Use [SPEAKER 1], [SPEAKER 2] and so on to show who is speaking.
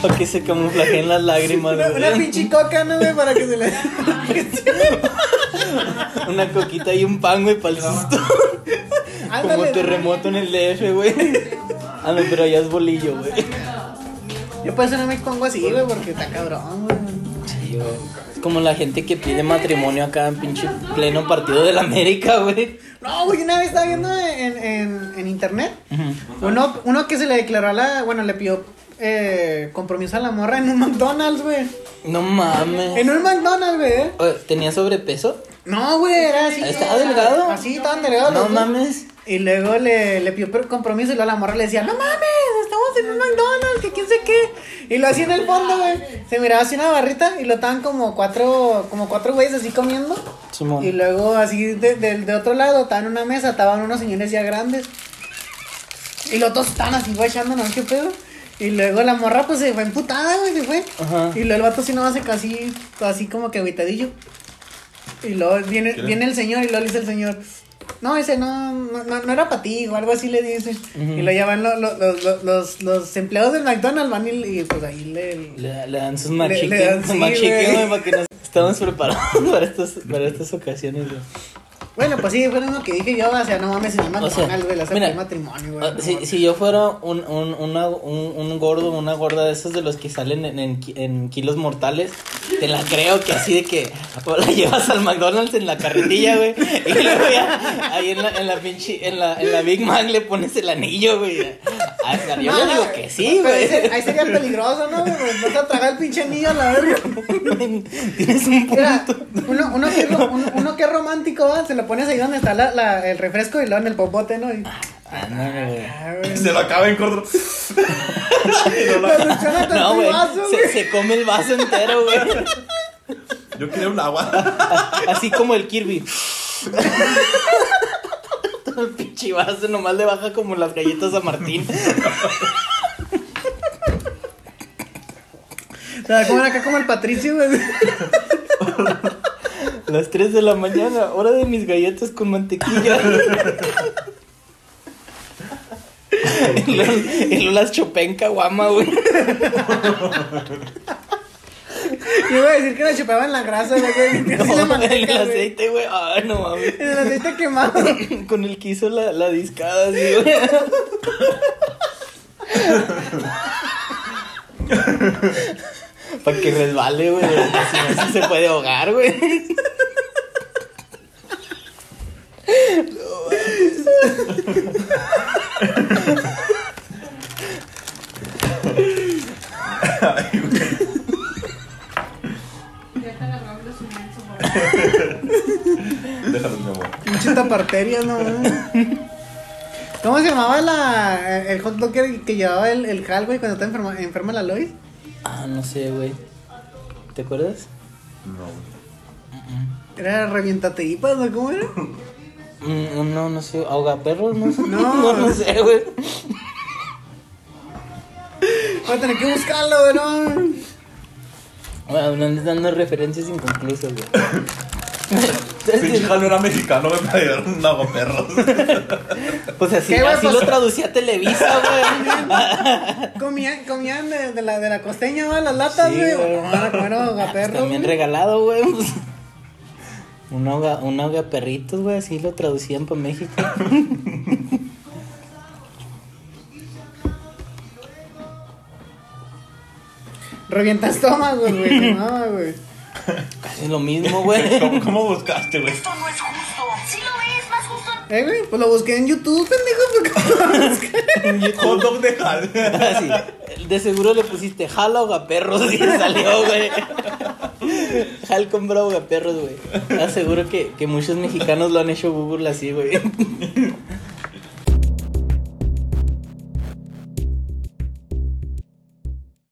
[SPEAKER 1] Para que se camuflajen las lágrimas,
[SPEAKER 2] Una,
[SPEAKER 1] güey.
[SPEAKER 2] una pinche coca, ¿no, güey? Para que se le...
[SPEAKER 1] Una coquita y un pan, güey, para el susto. Como
[SPEAKER 2] Ándale.
[SPEAKER 1] terremoto en el DF, güey. Ah, no, pero allá es bolillo, güey.
[SPEAKER 2] Yo por eso no me pongo así, güey, porque está cabrón, güey.
[SPEAKER 1] Es como la gente que pide matrimonio acá en pinche pleno partido de la América, güey.
[SPEAKER 2] No, güey, una vez estaba viendo en, en, en internet uno, uno que se le declaró a la... Bueno, le pidió eh, compromiso a la morra en un McDonald's, güey.
[SPEAKER 1] No mames.
[SPEAKER 2] En un McDonald's, güey. eh.
[SPEAKER 1] Oye, ¿Tenía sobrepeso?
[SPEAKER 2] No, güey, era así.
[SPEAKER 1] ¿Estaba delgado?
[SPEAKER 2] Así, tan delgado.
[SPEAKER 1] No
[SPEAKER 2] Ah, los dos.
[SPEAKER 1] mames.
[SPEAKER 2] Y luego le, le pidió per- compromiso y luego la morra le decía, no mames, estamos en un McDonald's, que quién sé qué. Y lo hacía en el fondo, güey. Se miraba así una barrita y lo estaban como cuatro, como cuatro güeyes así comiendo.
[SPEAKER 1] Simón.
[SPEAKER 2] Y luego así de, de- de otro lado estaban en una mesa, estaban unos señores ya grandes. Y los dos estaban así guachando, no qué pedo. Y luego la morra pues se fue emputada, güey, se fue.
[SPEAKER 1] Ajá.
[SPEAKER 2] Y luego el vato así nomás se quedó así, así como que aguitadillo. Y luego viene, viene el señor y luego le dice el señor, no, ese no, no, no- no era para ti, o algo así le dice. Y luego ya van lo- lo- lo- lo- los, los empleados del McDonald's, van y, y, pues ahí le...
[SPEAKER 1] Le, le dan sus
[SPEAKER 2] Le- le
[SPEAKER 1] machiquen,
[SPEAKER 2] dan,
[SPEAKER 1] sus
[SPEAKER 2] sí,
[SPEAKER 1] machiquen,
[SPEAKER 2] güey.
[SPEAKER 1] güey, para que nos... Estamos preparados para estas, para estas ocasiones, güey.
[SPEAKER 2] Bueno, pues sí, fue lo que dije yo, o sea, no mames, en el
[SPEAKER 1] O sea,
[SPEAKER 2] McDonald's, güey, le
[SPEAKER 1] mira,
[SPEAKER 2] hacen matrimonio, güey.
[SPEAKER 1] Ah,
[SPEAKER 2] no
[SPEAKER 1] Si,
[SPEAKER 2] mames.
[SPEAKER 1] si yo fuera un, un, una- un, un gordo, una gorda de esos de los que salen en, en ki- en kilos mortales, te la creo que así de que o la llevas al McDonald's en la carretilla, güey, y luego ya ahí en la, en la pinche, en la, en la Big Mac le pones el anillo, güey. Ah, Yo
[SPEAKER 2] No,
[SPEAKER 1] le
[SPEAKER 2] no,
[SPEAKER 1] digo que sí,
[SPEAKER 2] pero ahí se-
[SPEAKER 1] güey.
[SPEAKER 2] Ahí sería peligroso, ¿no? güey? Pues vas a tragar el pinche anillo a la verga.
[SPEAKER 1] Tienes un
[SPEAKER 2] Mira,
[SPEAKER 1] punto.
[SPEAKER 2] uno, uno, que, ro- uno, uno que es romántico, ¿va? se lo pones ahí donde está la, la- el refresco y luego en el popote, ¿no? Y-
[SPEAKER 1] Ah, no, güey.
[SPEAKER 2] Ah, güey.
[SPEAKER 3] Se lo acaba en corto.
[SPEAKER 2] Lo succiona con
[SPEAKER 1] No,
[SPEAKER 2] tu
[SPEAKER 1] güey.
[SPEAKER 2] vaso,
[SPEAKER 1] Se,
[SPEAKER 2] güey.
[SPEAKER 1] se come el vaso entero, güey.
[SPEAKER 3] Yo quería un agua.
[SPEAKER 1] Así como el Kirby. Todo el pinche vaso nomás le baja como las galletas a Martín.
[SPEAKER 2] O sea, como acá como el Patricio, güey.
[SPEAKER 1] Las 3 de la mañana, hora de mis galletas con mantequilla. Y luego- y luego las chopenca guama, güey.
[SPEAKER 2] Yo iba a decir que la chupaban la grasa, güey. que así la
[SPEAKER 1] No, en el
[SPEAKER 2] manteca, güey.
[SPEAKER 1] aceite, güey. Ay, no mames.
[SPEAKER 2] En el aceite quemado.
[SPEAKER 1] Con el que hizo la, la discada, así, güey. Para que resbale, güey. porque Si no, sí se puede ahogar, güey.
[SPEAKER 4] Ya te agarró los inmensos, güey.
[SPEAKER 3] Déjalo, mi amor.
[SPEAKER 2] Pinche taparteria, no. mames. ¿Cómo se llamaba la, el hot dog que, que llevaba el, el Hal, güey, cuando estaba enferma, enferma la Lois?
[SPEAKER 1] Ah, no sé, güey. ¿Te acuerdas?
[SPEAKER 3] No.
[SPEAKER 2] ¿Era reviéntate hipas o cómo era?
[SPEAKER 1] Mm, no, no sé. ¿Ahoga perros? No, sé.
[SPEAKER 2] No.
[SPEAKER 1] no, no sé, güey.
[SPEAKER 2] Voy a tener que buscarlo, güey, no. mames.
[SPEAKER 1] Bueno, no andes dando referencias inconclusas, güey. Entonces,
[SPEAKER 3] Pinche Jalo Este era mexicano, me para llevar un agua perros.
[SPEAKER 1] Pues así,
[SPEAKER 2] ¿Qué, güey?
[SPEAKER 1] así
[SPEAKER 2] Pues-
[SPEAKER 1] lo traducía Televisa, güey.
[SPEAKER 2] Comían, comían de, de la, de la costeña, ¿va? Las latas,
[SPEAKER 1] Sí,
[SPEAKER 2] güey. Ah,
[SPEAKER 1] güey. Pues
[SPEAKER 2] Van a comer ahogaperros,
[SPEAKER 1] También
[SPEAKER 2] güey.
[SPEAKER 1] regalado, güey. pues. Un hoga, un ahoga perritos, güey, así lo traducían para México.
[SPEAKER 2] Revienta estómagos, güey. se llamaba, güey.
[SPEAKER 1] Casi lo mismo, güey.
[SPEAKER 3] ¿Cómo, cómo buscaste, güey?
[SPEAKER 5] Esto no es justo. Si lo ves, más justo
[SPEAKER 2] Eh, güey, pues lo busqué en YouTube, pendejo. porque-
[SPEAKER 3] Hot dog de Jal.
[SPEAKER 1] Así, De seguro le pusiste jala ahoga perros y salió, güey. Jal compra ahoga perros, güey. Te Aseguro que, que muchos mexicanos lo han hecho Google así, güey.